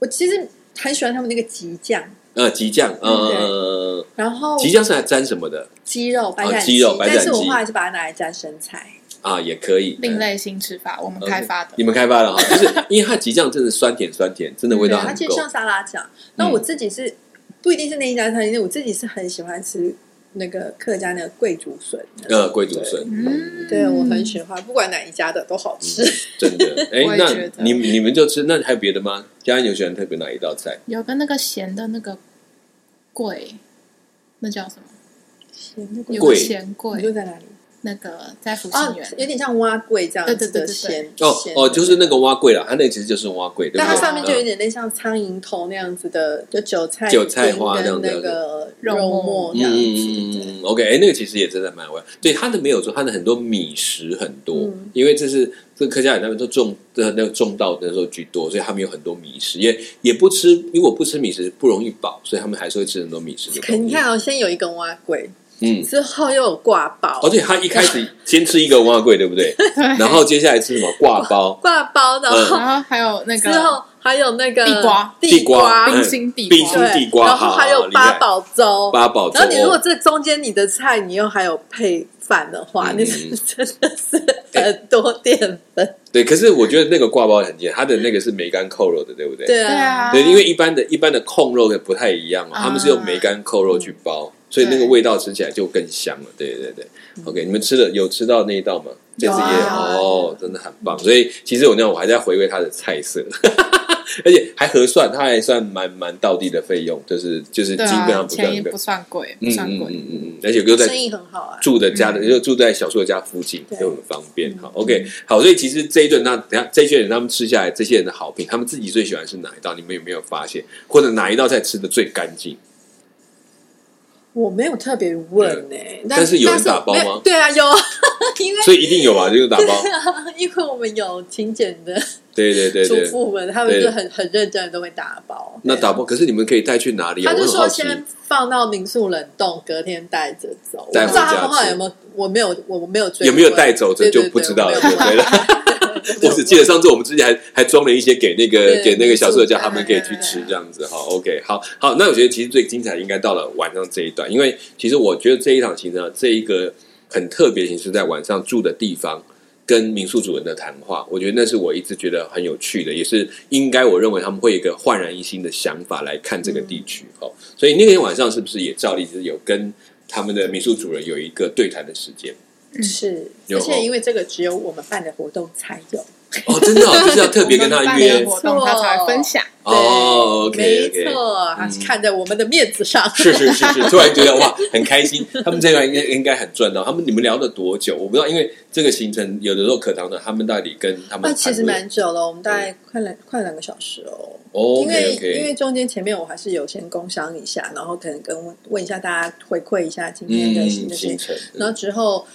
Speaker 2: 我其实很喜欢他们那个吉酱，
Speaker 1: 呃，吉酱，呃，
Speaker 2: 然后
Speaker 1: 吉姜是还沾什么的
Speaker 2: 鸡肉白
Speaker 1: 哦
Speaker 2: 斩
Speaker 1: 鸡肉白
Speaker 2: 但
Speaker 1: 斩
Speaker 2: 是我
Speaker 1: 鸡
Speaker 2: 后来是把它拿来沾生菜，
Speaker 1: 啊？也可以。
Speaker 3: 另类新吃法，我们
Speaker 1: 嗯
Speaker 3: 开发的。
Speaker 1: 你们开发了哈，就是因为它吉酱真的酸甜酸甜，真的味
Speaker 2: 嗯对，
Speaker 1: 道
Speaker 2: 它
Speaker 1: 很
Speaker 2: 其实
Speaker 1: 够。嗯
Speaker 2: 像沙拉酱。那我自己是不一定是那一家餐厅，我自己是很喜欢吃那个客家那个贵竹笋的，
Speaker 1: 呃，贵族笋
Speaker 3: 嗯，
Speaker 2: 对我很喜欢，不管哪一家的都好吃。
Speaker 1: 真 的，哎
Speaker 3: 我，也觉得
Speaker 1: 那你你们就吃，那还有别的吗？家人有喜欢特别哪一道菜？
Speaker 3: 有个那个咸的那个桂，那叫什么？
Speaker 2: 咸的
Speaker 3: 有
Speaker 1: 桂
Speaker 3: 个咸
Speaker 2: 你
Speaker 3: 桂，
Speaker 2: 就在哪里？
Speaker 3: 那个在福
Speaker 2: 嗯哦
Speaker 3: 清园，，
Speaker 2: 有点像蛙桂这样
Speaker 3: 对
Speaker 2: 子
Speaker 3: 对对
Speaker 2: 的
Speaker 3: 对
Speaker 2: 咸
Speaker 1: 哦
Speaker 2: 咸
Speaker 1: 哦，
Speaker 2: 的
Speaker 1: 就是那个蛙桂啦，它那个其实就是蛙桂，对
Speaker 2: 但
Speaker 1: 不
Speaker 2: 它
Speaker 1: 对？
Speaker 2: 上面就有
Speaker 1: 嗯
Speaker 2: 点类像苍蝇头那样子的，就韭菜
Speaker 1: 韭菜花
Speaker 2: 丁跟
Speaker 1: 那样
Speaker 2: 那
Speaker 1: 子啊
Speaker 2: 个
Speaker 3: 肉末
Speaker 2: 末
Speaker 1: 嗯
Speaker 2: 这样
Speaker 1: 嗯
Speaker 2: 子。
Speaker 1: 嗯嗯，OK，哎，那个其实也真的蛮好玩。对，它的没有错，它的很多米食很多
Speaker 2: 嗯，
Speaker 1: 因为这是这个客家人他们都种的那个种稻的时候居多，所以他们有很多米食，也也不吃，因为我不吃米食不容易饱，所以他们还是会吃很多米食。
Speaker 2: 可你看，哦，先有一根蛙桂，
Speaker 1: 嗯，哦
Speaker 2: 之后又有挂包
Speaker 1: 而，且他一开始先吃一个蛙桂，对不对？
Speaker 3: 对，
Speaker 1: 然后接下来吃什么挂包、
Speaker 2: 挂包，然
Speaker 1: 嗯
Speaker 2: 后
Speaker 3: 然后还有那
Speaker 2: 之
Speaker 3: 个
Speaker 2: 后还有那个
Speaker 3: 地瓜
Speaker 1: 地
Speaker 2: 地
Speaker 1: 瓜
Speaker 3: 冰心地
Speaker 1: 嗯冰
Speaker 3: 瓜
Speaker 1: 心，地瓜，
Speaker 2: 对然后还有八宝粥。
Speaker 1: 八宝粥。
Speaker 2: 然后你如果这中间你的菜你又还有配饭的话，
Speaker 1: 嗯
Speaker 2: 你是真的是很多淀粉。
Speaker 1: 对，可是我觉得那个挂包很简单，它的那个是梅干扣肉的，对不对？
Speaker 2: 对
Speaker 3: 对
Speaker 2: 啊，
Speaker 3: 啊，
Speaker 1: 对，因为一般的一般的控肉的不太一样嘛，
Speaker 3: 啊
Speaker 1: 他们是用梅干扣肉去包，所以那个味道吃起来就更香了。对对对，OK，你们吃了有吃到那一道吗？这次也
Speaker 3: 有啊
Speaker 1: 哦，真的很棒。所以其实我那我还在回味它的菜色。而且还合算，它还算蛮蛮到地的费用，就是就是
Speaker 3: 对
Speaker 1: 金非
Speaker 3: 啊，
Speaker 1: 常不
Speaker 3: 钱
Speaker 1: 断
Speaker 3: 也
Speaker 1: 的
Speaker 3: 不，算贵，不
Speaker 1: 嗯
Speaker 3: 算
Speaker 1: 嗯嗯
Speaker 3: 贵。
Speaker 1: 嗯嗯，而且又在
Speaker 2: 生意很好啊。
Speaker 1: 住的家的，
Speaker 3: 嗯
Speaker 1: 就住在小树的家附近，
Speaker 2: 对嗯
Speaker 1: 就很方便。好，OK，好，所以其实这一顿，那等下这些人他们吃下来，这些人的好评，他们自己最喜欢是哪一道？你们有没有发现，或者哪一道菜吃的最干净？
Speaker 2: 我没有特别问呢，
Speaker 1: 但是有人
Speaker 2: 但
Speaker 1: 打包吗
Speaker 2: 没有对啊，有，因为
Speaker 1: 所以一定有啊，就是打 包。
Speaker 2: 因为我们有勤俭的
Speaker 1: 对对对
Speaker 2: 主
Speaker 1: 对，
Speaker 2: 妇们，他们就是很很认真的都会打包。
Speaker 1: 那
Speaker 2: 对啊
Speaker 1: 打包，可是你们可以带去哪里啊？
Speaker 2: 他
Speaker 1: 我
Speaker 2: 就
Speaker 1: 很好
Speaker 2: 说
Speaker 1: 奇。
Speaker 2: 先放到民宿冷冻，隔天带着走。我
Speaker 1: 带
Speaker 2: 不
Speaker 1: 回
Speaker 2: 知
Speaker 1: 家
Speaker 2: 道他们后来
Speaker 1: 吃
Speaker 2: 有没有，我没有，我没有追
Speaker 1: 有
Speaker 2: 问
Speaker 1: 没有带走，这
Speaker 2: 对对
Speaker 1: 就不知道了，
Speaker 2: 对
Speaker 1: 对
Speaker 2: 我
Speaker 1: 不
Speaker 2: 没有
Speaker 1: 对？我只记得上次我们之前还还装了一些给那个
Speaker 2: 对
Speaker 1: 给那个小社家
Speaker 2: 对
Speaker 1: 他们可以去吃这样子哈。OK，好好，那我觉得其实最精彩应该到了晚上这一段，因为其实我觉得这一场行程啊这一个很特别的形式，在晚上住的地方。跟民宿主人的谈话，我觉得那是我一直觉得很有趣的，也是应该我认为他们会有一个焕然一新的想法来看这个地区、哦。所以那天晚上是不是也照例是有跟他们的民宿主人有一个对谈的时 间？
Speaker 2: 是，
Speaker 1: 有
Speaker 2: 而且因为这个只有我们办的活动才有，
Speaker 1: 哦，真的、哦、就是要特别跟 他
Speaker 3: 我
Speaker 1: 约
Speaker 3: 们办的活动，他才会分享。
Speaker 1: 哦
Speaker 2: 对
Speaker 1: ，OK
Speaker 2: 没
Speaker 1: OK，
Speaker 2: 错，还是看在我们的面子上。
Speaker 1: 嗯是是是是，突然觉得哇，很开心。 他们这段应该应该很赚到。他们你们聊了多久？我不知道，因为这个行程有的时候可堂的，他们到底跟他们
Speaker 2: 那啊其实
Speaker 1: 谈论
Speaker 2: 蛮久了，我们大概快两快两个小时哦。
Speaker 1: 哦
Speaker 2: 因为
Speaker 1: OK
Speaker 2: 因为
Speaker 1: OK，
Speaker 2: 中间前面我还是有先工商一下，然后可能跟问问一下大家回馈一下今天的新
Speaker 1: 嗯，
Speaker 2: 的
Speaker 1: 行
Speaker 2: 行
Speaker 1: 程，
Speaker 2: 然后之后，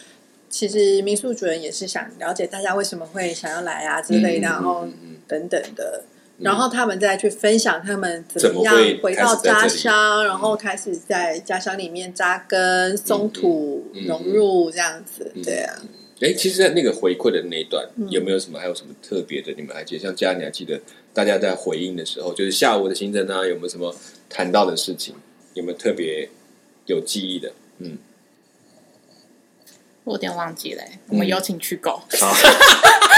Speaker 2: 其实民宿主人也是想了解大家为什么会想要来啊之类
Speaker 1: 嗯
Speaker 2: 的，然后
Speaker 1: 嗯嗯嗯
Speaker 2: 等等的。然后他们再去分享他们怎
Speaker 1: 怎
Speaker 2: 么样
Speaker 1: 么会
Speaker 2: 回
Speaker 1: 开
Speaker 2: 到
Speaker 1: 始在这里
Speaker 2: 家乡，然后开始在家乡里面扎根、松土、
Speaker 1: 嗯嗯
Speaker 2: 融入这样子
Speaker 1: 嗯。
Speaker 2: 对啊，
Speaker 1: 哎，其实，在那个回馈的那一段，
Speaker 2: 嗯
Speaker 1: 有没有什么还有什么特别的？你们还记得？像佳，你还记得大家在回应的时候，就是下午的行程啊，有没有什么谈到的事情？有没有特别有记忆的？嗯，
Speaker 3: 我有点忘记了，我
Speaker 1: 嗯
Speaker 3: 们有请去狗，
Speaker 1: 好，啊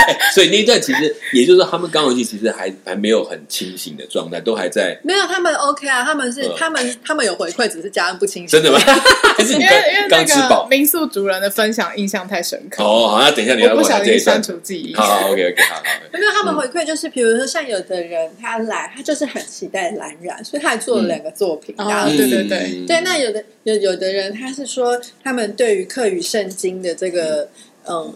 Speaker 1: 哎所以那一段其实，也就是说，他们刚回去，其实还还没有很清醒的状态，都还在
Speaker 2: 没有他们 OK 啊，他们是
Speaker 1: 嗯
Speaker 2: 他们他们有回馈，只是家人不清晰。
Speaker 1: 真的吗？ 还是
Speaker 3: 因
Speaker 1: 你
Speaker 3: 为
Speaker 1: 刚
Speaker 3: 因为那
Speaker 1: 刚吃
Speaker 3: 个
Speaker 1: 饱？
Speaker 3: 民宿主人的分享印象太深刻，
Speaker 1: 哦，好，那等一下你要
Speaker 3: 我不
Speaker 1: 问他
Speaker 3: 小
Speaker 1: 这
Speaker 3: 心
Speaker 1: 一段
Speaker 3: 删。除记忆
Speaker 1: 好。好，OK OK，好好。
Speaker 2: 没有，他
Speaker 3: 嗯
Speaker 2: 们回馈就是，比如说像有的人他来，他就是很期待蓝染，所以他还做了两个作品，
Speaker 3: 嗯
Speaker 2: 然
Speaker 3: 啊
Speaker 2: 后
Speaker 3: 对对对
Speaker 1: 嗯
Speaker 2: 对，那有的有有的人他是说，他们对于课与圣经的这个嗯，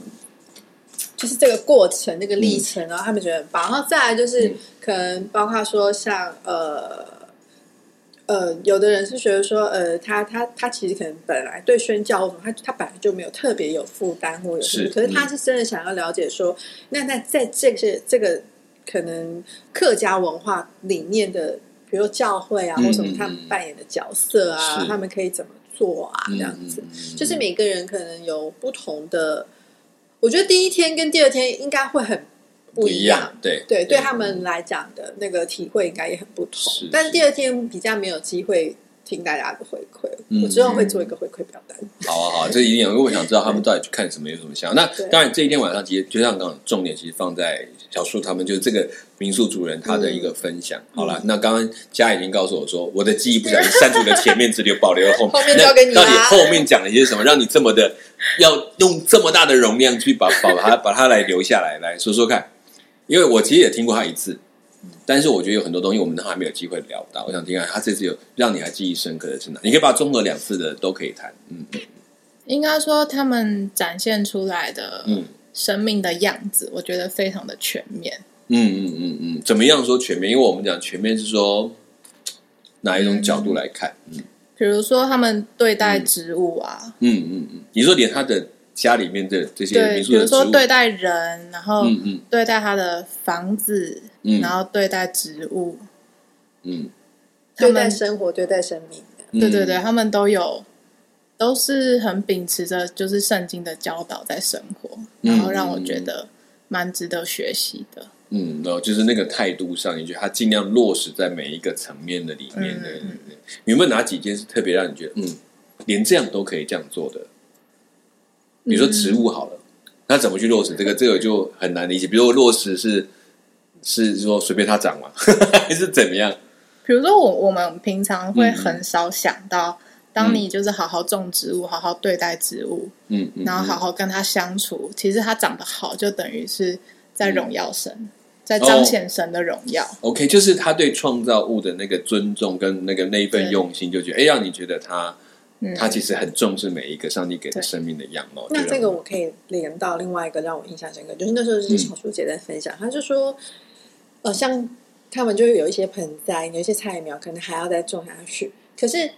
Speaker 2: 就是这个过程、那个历程，然后他们觉得很棒。然后再来就是、
Speaker 1: 嗯
Speaker 2: 可能包括说像呃呃，有的人是觉得说呃，他他他其实可能本来对宣教或什么，他他本来就没有特别有负担或有什么，
Speaker 1: 是嗯
Speaker 2: 可是他是真的想要了解说，那那在这个这个可能客家文化里面的，比如说教会啊，
Speaker 1: 嗯
Speaker 2: 或什么
Speaker 1: 嗯
Speaker 2: 他们
Speaker 1: 嗯
Speaker 2: 扮演的角色啊
Speaker 1: 是，嗯
Speaker 2: 他们可以怎么做啊，这样子，就是每个人可能有不同的。我觉得第一天跟第二天应该会很
Speaker 1: 不
Speaker 2: 不
Speaker 1: 一
Speaker 2: 一
Speaker 1: 样
Speaker 2: 样，，
Speaker 1: 对嗯
Speaker 2: 对，对他们来讲的那个体会应该也很不同
Speaker 1: 是。
Speaker 2: 但是第二天比较没有机会听大家的回馈。
Speaker 1: 嗯
Speaker 2: 我之后会做一个回馈表单。
Speaker 1: 好啊，好啊，这一定有，因为我想知道他们到底去看什么，有什么想法。那
Speaker 2: 对
Speaker 1: 当然，这一天晚上其实就像刚刚重点，其实放在小树他们就是这个民宿主人他的一个分享。
Speaker 2: 嗯
Speaker 1: 好了，那刚刚佳已经告诉我说，我的记忆不小心删除了前面，只留保留了后面。
Speaker 2: 后面交给你
Speaker 1: 那
Speaker 2: 啊啦
Speaker 1: 到底后面讲了些什么，让你这么的要用这么大的容量去把把 它把它来留下来，来说说看。因为我其实也听过他一次，
Speaker 2: 嗯
Speaker 1: 但是我觉得有很多东西我们都还没有机会聊到。我想听看他这次有让你还记忆深刻的是哪？你可以把它综合两次的都可以谈。嗯
Speaker 3: 应该说他们展现出来的
Speaker 1: 嗯。
Speaker 3: 生命的样子，我觉得非常的全面。
Speaker 1: 嗯嗯嗯嗯，怎么样说全面？因为我们讲全面是说哪一种角度来看？嗯
Speaker 3: 比如说他们对待植物啊，
Speaker 1: 嗯嗯嗯，你说连他的家里面的这些民
Speaker 3: 对，比
Speaker 1: 宿的
Speaker 3: 如
Speaker 1: 植
Speaker 3: 说
Speaker 1: 物，
Speaker 3: 对待人，然后
Speaker 1: 嗯嗯
Speaker 3: 对待他的房子，
Speaker 1: 嗯
Speaker 3: 然后对待植物，
Speaker 1: 嗯，
Speaker 3: 他
Speaker 2: 对
Speaker 3: 们
Speaker 2: 待生活，对待生命，
Speaker 1: 嗯
Speaker 3: 对对对，，他们都有，都是很秉持着就是圣经的教导在生活，然后让我觉得蛮值得学习的。
Speaker 1: 嗯，然后就是那个态度上，你觉得他尽量落实在每一个层面的里面
Speaker 3: 嗯
Speaker 1: 对对对，你有没有哪几件是特别让你觉得嗯，连这样都可以这样做的？比如说植物好了，
Speaker 3: 嗯
Speaker 1: 那怎么去落实 这个？这个就很难理解。比如说落实是是说随便它长嘛， 还是怎么样？
Speaker 3: 比如说我我们平常
Speaker 1: 嗯
Speaker 3: 会很少想到，当你就是好好种植物，好好对待植物，
Speaker 1: 嗯，嗯
Speaker 3: 然后
Speaker 1: 嗯
Speaker 3: 好好跟它相处，其实它长得好，就等于是在
Speaker 1: 嗯
Speaker 3: 荣耀神，在
Speaker 1: 哦
Speaker 3: 彰显神的荣耀。
Speaker 1: OK，就是他对创造物的那个尊重跟那个那一份
Speaker 3: 对
Speaker 1: 用心，就觉得哎、诶让你觉得他、
Speaker 3: 嗯，
Speaker 1: 他其实很重视每一个上帝给的
Speaker 3: 对
Speaker 1: 生命的样貌。
Speaker 2: 那
Speaker 1: 就让
Speaker 2: 这个我可以连到另外一个让我印象深刻，就是那时候
Speaker 1: 嗯
Speaker 2: 是小树姐在分享，她就说，呃，像他们就是有一些盆栽，有一些菜苗，可能还要再种下去。可是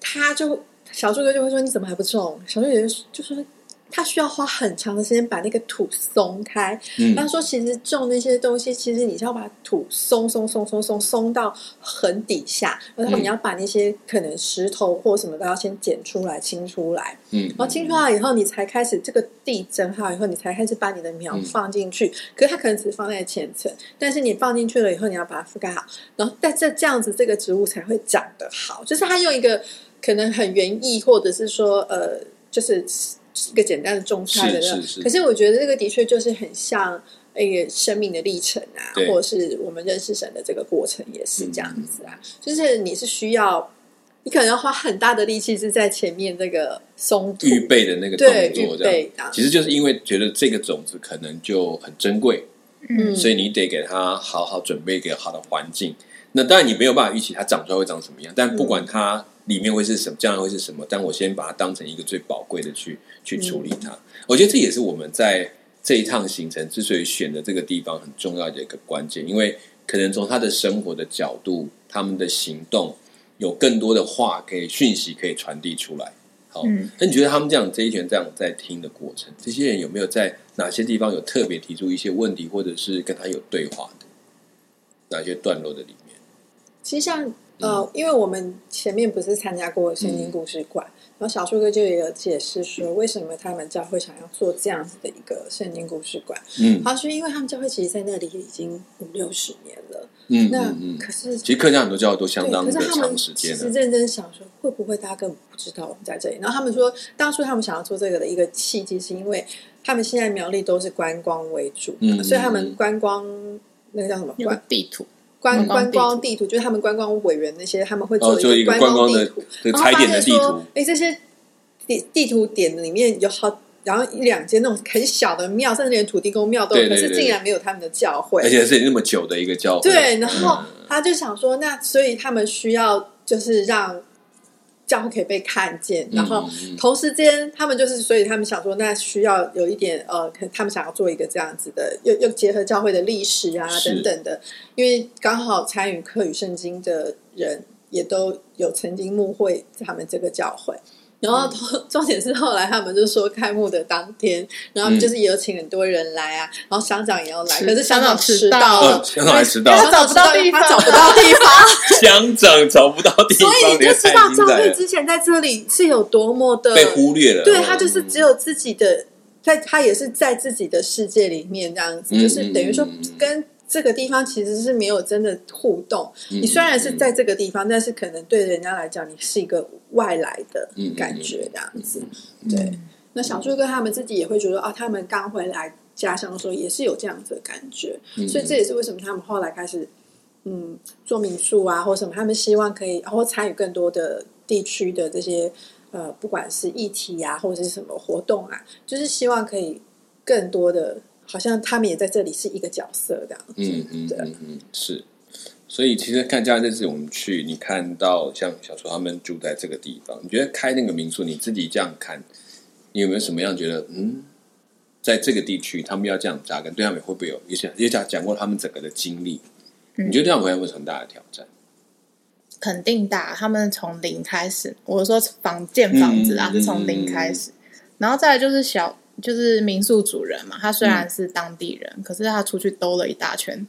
Speaker 2: 他就小树哥就会说：“你怎么还不种？”小树姐就说：“他需要花很长的时间把那个土松开。
Speaker 1: 嗯
Speaker 2: 他说：“其实种那些东西，其实你是要把土松松松松松松到很底下，然后
Speaker 1: 嗯
Speaker 2: 你要把那些可能石头或什么都要先剪出来、清出来。”
Speaker 1: 嗯，
Speaker 2: 然后清出来以后，你才开始这个地整好以后，你才开始把你的苗
Speaker 1: 嗯
Speaker 2: 放进去。可是它可能只放在前层，但是你放进去了以后，你要把它覆盖好，然后在这这样子，这个植物才会长得好。就是它用一个可能很园艺，或者是说呃，就是一个简单的种菜的那种。
Speaker 1: 是是是
Speaker 2: 可是我觉得这个的确就是很像。那个生命的历程啊，
Speaker 1: 对
Speaker 2: 或者是我们认识神的这个过程，也是这样子
Speaker 1: 嗯
Speaker 2: 啊。就是你是需要，你可能要花很大的力气是在前面那个松土
Speaker 1: 预备的那个动
Speaker 2: 对
Speaker 1: 作，
Speaker 2: 预
Speaker 1: 这
Speaker 2: 备
Speaker 1: 样
Speaker 2: 啊
Speaker 1: 其实就是因为觉得这个种子可能就很珍贵，
Speaker 2: 嗯
Speaker 1: 所以你得给它好好准备一个好的环境。那当然你没有办法预期它长出来会长什么样，但不管它里面会是什么，将来会是什么，但我先把它当成一个最宝贵的去去处理它。我觉得这也是我们在这一趟行程之所以选的这个地方很重要的一个关键，因为可能从他的生活的角度，他们的行动有更多的话可以讯息可以传递出来。好，
Speaker 3: 嗯
Speaker 1: 那你觉得他们这样这一群这样在听的过程，这些人有没有在哪些地方有特别提出一些问题，或者是跟他有对话的？哪些段落的里面？
Speaker 2: 其实像
Speaker 1: 嗯
Speaker 2: 呃，因为我们前面不是参加过圣经故事馆，
Speaker 1: 嗯
Speaker 2: 然后小树哥就也有解释说，为什么他们教会想要做这样子的一个圣经故事馆，
Speaker 1: 嗯
Speaker 2: 他说因为他们教会其实在那里已经五六十年了，
Speaker 1: 嗯
Speaker 2: 那
Speaker 1: 嗯嗯。
Speaker 2: 可是。
Speaker 1: 其实客家很多教会都相
Speaker 2: 对，
Speaker 1: 当
Speaker 2: 可
Speaker 1: 的
Speaker 2: 是他们
Speaker 1: 长时
Speaker 2: 其
Speaker 1: 间
Speaker 2: 实
Speaker 1: 了。
Speaker 2: 认真想说，会不会大家根本不知道我们在这里？然后他们说，当初他们想要做这个的一个契机，是因为他们现在苗栗都是观光为主，
Speaker 1: 嗯
Speaker 2: 所以他
Speaker 1: 嗯
Speaker 2: 们
Speaker 1: 嗯
Speaker 2: 观光那个叫什么
Speaker 3: 有
Speaker 2: 观
Speaker 3: 个地图，
Speaker 2: 观
Speaker 3: 观光
Speaker 2: 观
Speaker 3: 地
Speaker 2: 光地图，就是他们观光委员那些，他们会
Speaker 1: 哦，就
Speaker 2: 做
Speaker 1: 一个
Speaker 2: 观
Speaker 1: 观光
Speaker 2: 地
Speaker 1: 的
Speaker 2: 图，
Speaker 1: 这
Speaker 2: 然后
Speaker 1: 踩
Speaker 2: 发
Speaker 1: 点
Speaker 2: 现
Speaker 1: 的地
Speaker 2: 说
Speaker 1: 图，，
Speaker 2: 哎，这些地地图点里面有好，然后一两间那种很小的庙，甚至连土地公庙都有，
Speaker 1: 对对
Speaker 2: 可
Speaker 1: 对
Speaker 2: 是竟然没有他们的教会，
Speaker 1: 而且是那么久的一个教会。
Speaker 2: 对，然后
Speaker 1: 嗯
Speaker 2: 他就想说，那所以他们需要就是让教会可以被看见，然后
Speaker 1: 嗯嗯
Speaker 2: 同时间他们就是，所以他们想说，那需要有一点呃，可他们想要做一个这样子的，又又结合教会的历史啊
Speaker 1: 是
Speaker 2: 等等的，因为刚好参与课与圣经的人也都有曾经牧会他们这个教会。然后重 重点是后来他们就说开幕的当天，然后他们就是也有请很多人来啊，然后乡长也要来，
Speaker 3: 迟
Speaker 2: 可是乡长迟
Speaker 3: 乡长迟到
Speaker 2: 了
Speaker 1: 嗯，，香港还迟到，
Speaker 3: 他找不到地方
Speaker 2: 他找不到地 方，
Speaker 1: 乡长找不到地方，
Speaker 2: 所以你就知道教会
Speaker 1: 在
Speaker 2: 之前在这里是有多么的
Speaker 1: 被忽略了。
Speaker 2: 对他就是只有自己的，在他也是在自己的世界里面这样子，
Speaker 1: 嗯
Speaker 2: 就是等于说
Speaker 1: 嗯嗯嗯
Speaker 2: 跟这个地方其实是没有真的互动。
Speaker 1: 嗯
Speaker 2: 你虽然是在这个地方，但是可能对人家来讲，你是一个外来的
Speaker 1: 嗯
Speaker 2: 感觉这样子。对，那小树哥他们自己也会觉得啊，他们刚回来家乡的时候也是有这样子的感觉，
Speaker 1: 嗯
Speaker 2: 所以这也是为什么他们后来开始嗯做民宿啊，或什么，他们希望可以或参与更多的地区的这些呃，不管是议题啊，或者是什么活动啊，就是希望可以更多的。好像他们也在这里是一个角色这样子，
Speaker 1: 嗯嗯
Speaker 2: 对，
Speaker 1: 嗯嗯，是。所以其实看家这次我们去，你看到像小叔他们住在这个地方，你觉得开那个民宿，你自己这样看，你有没有什么样觉得嗯，在这个地区他们要这样扎根，对他们会不会有？也想也讲讲过他们整个的经历，
Speaker 3: 嗯
Speaker 1: 你觉得这样回来会是很大的挑战？
Speaker 3: 肯定的啊，他们从零开始。我说房建房子啊，
Speaker 1: 嗯
Speaker 3: 是从零开始，然后再来就是小就是民宿主人嘛，他
Speaker 1: 嗯
Speaker 3: 虽然是当地人，可是他出去兜了一大圈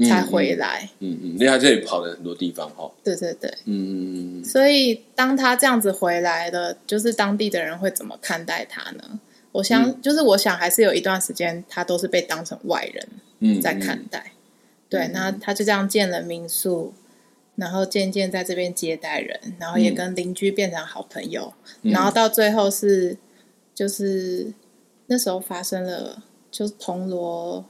Speaker 3: 才回来。
Speaker 1: 嗯嗯，因为他这里跑了很多地方哈，
Speaker 3: 对对对，
Speaker 1: 嗯嗯
Speaker 3: 所以当他这样子回来的，就是当地的人会怎么看待他呢？我想，
Speaker 1: 嗯
Speaker 3: 就是我想还是有一段时间，他都是被当成外人
Speaker 1: 嗯，
Speaker 3: 在看待。对，
Speaker 1: 嗯
Speaker 3: 那他就这样建了民宿，然后渐渐在这边接待人，然后也
Speaker 1: 嗯
Speaker 3: 跟邻居变成好朋友，
Speaker 1: 嗯，
Speaker 3: 然后到最后是就是那时候发生了，就是铜锣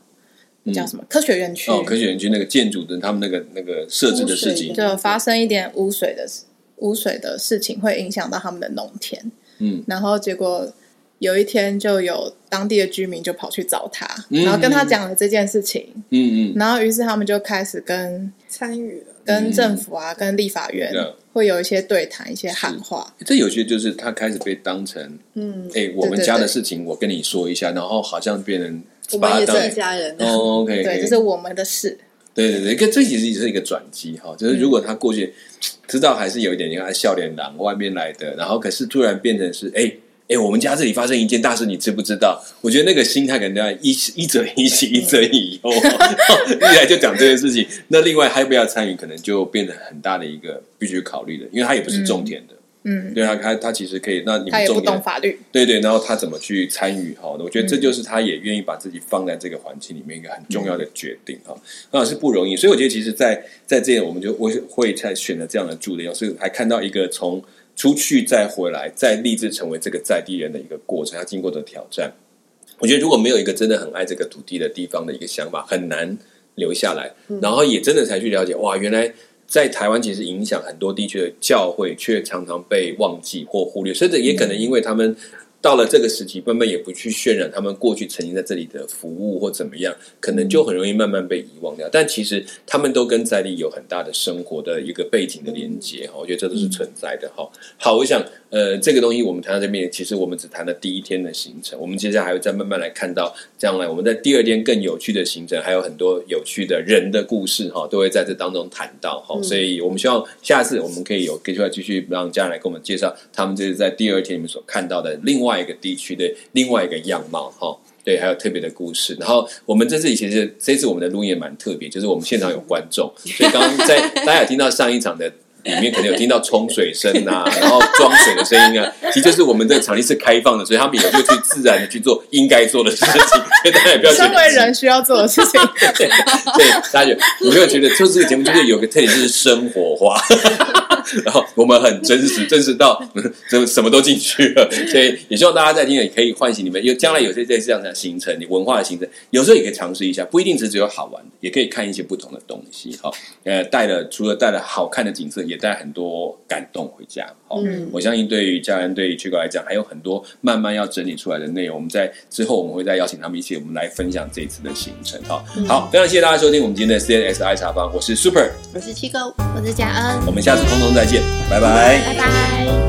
Speaker 3: 那叫什么、科学园区，
Speaker 1: 嗯哦，科学园区那个建筑的他们那个那个设置的事情，
Speaker 3: 就发生一点污水的事污水的事情，会影响到他们的农田。
Speaker 1: 嗯，
Speaker 3: 然后结果有一天就有当地的居民就跑去找他，
Speaker 1: 嗯
Speaker 3: 然后跟他讲了这件事情，
Speaker 1: 嗯嗯，
Speaker 3: 然后于是他们就开始跟
Speaker 2: 参与了。
Speaker 3: 跟政府啊、跟立法院
Speaker 1: 嗯 Yeah
Speaker 3: 会有一些对谈、一些喊话。
Speaker 1: 这有些就是他开始被当成
Speaker 2: 嗯，
Speaker 1: 哎、我
Speaker 3: 对
Speaker 1: 们
Speaker 3: 对
Speaker 1: 家
Speaker 3: 对
Speaker 1: 的事情我跟你说一下，然后好像变成
Speaker 2: 我
Speaker 1: 把
Speaker 2: 们
Speaker 1: 它
Speaker 2: 也
Speaker 1: 当
Speaker 2: 是一家人啊，
Speaker 1: 哦，OK，
Speaker 3: 对，这是我们的事。
Speaker 1: 对对对，跟这其实也是一个转机哈，就是如
Speaker 3: 嗯
Speaker 1: 果他过去知道还是有一点像笑脸狼外面来的，然后可是突然变成是哎。哎，我们家这里发生一件大事，你知不知道？我觉得那个心态可能要一一者一喜，一者以忧。
Speaker 3: 嗯
Speaker 1: 一来就讲这件事情，那另外还要不要参与，可能就变得很大的一个必须考虑的，因为他也不是种田的，
Speaker 3: 嗯，
Speaker 1: 对啊，他他其实可以，那你
Speaker 3: 他
Speaker 1: 们
Speaker 3: 也不
Speaker 1: 种田
Speaker 3: 懂法律。
Speaker 1: 对对，然后他怎么去参与哈？我觉得这就是他也愿意把自己放在这个环境里面一个很重要的决定哈，那是不容易。所以我觉得其实在，在这里我们就我会才选择这样的住的地方，所以还看到一个从出去再回来，再立志成为这个在地人的一个过程，他经过的挑战。我觉得如果没有一个真的很爱这个土地的地方的一个想法，很难留下来。然后也真的才去了解，哇，原来在台湾其实影响很多地区的教会，却常常被忘记或忽略，甚至也可能因为他们。到了这个时期，慢慢也不去渲染他们过去曾经在这里的服务或怎么样，可能就很容易慢慢被遗忘掉。但其实他们都跟在地有很大的生活的一个背景的连接哈，我觉得这都是存在的哈。好，我想呃，这个东西我们谈到这边，其实我们只谈了第一天的行程，我们接下来还会再慢慢来看到将来我们在第二天更有趣的行程，还有很多有趣的人的故事哈，都会在这当中谈到哈。所以我们希望下次我们可以有机会继续让家人来给我们介绍他们这是在第二天你们所看到的另外一个地区的另外一个样貌哈。对，还有特别的故事。然后我们这次其实这次我们的录音也蛮特别，就是我们现场有观众，所以刚刚在大家有听到上一场的里面，可能有听到冲水声啊，然后装水的声音啊。其实就是我们这个场地是开放的，所以他们也会去自然的去做应该做的事情，所以大家也不要觉
Speaker 3: 身
Speaker 1: 得
Speaker 3: 为人需要做的事情，
Speaker 1: 对，大家觉得有没有觉得，做这个节目就是有个特点，就是生活化。然后我们很真实，真实到嗯什什么都进去了，所以也希望大家在听也可以唤醒你们，因为将来有些这这样的行程，你文化的行程，有时候也可以尝试一下，不一定是只有好玩的，也可以看一些不同的东西。好、呃，带了除了带了好看的景色，也带很多感动回家。好、
Speaker 2: 嗯
Speaker 1: 我相信对于家人、对于缺哥来讲，还有很多慢慢要整理出来的内容。我们在之后我们会再邀请他们一起，我们来分享这一次的行程。好、好，非常谢谢大家收听我们今天的 CNSI 茶坊，我是 Super，
Speaker 4: 我是七哥，我是嘉恩，
Speaker 1: 我们下次空中再见，拜拜
Speaker 4: 拜拜。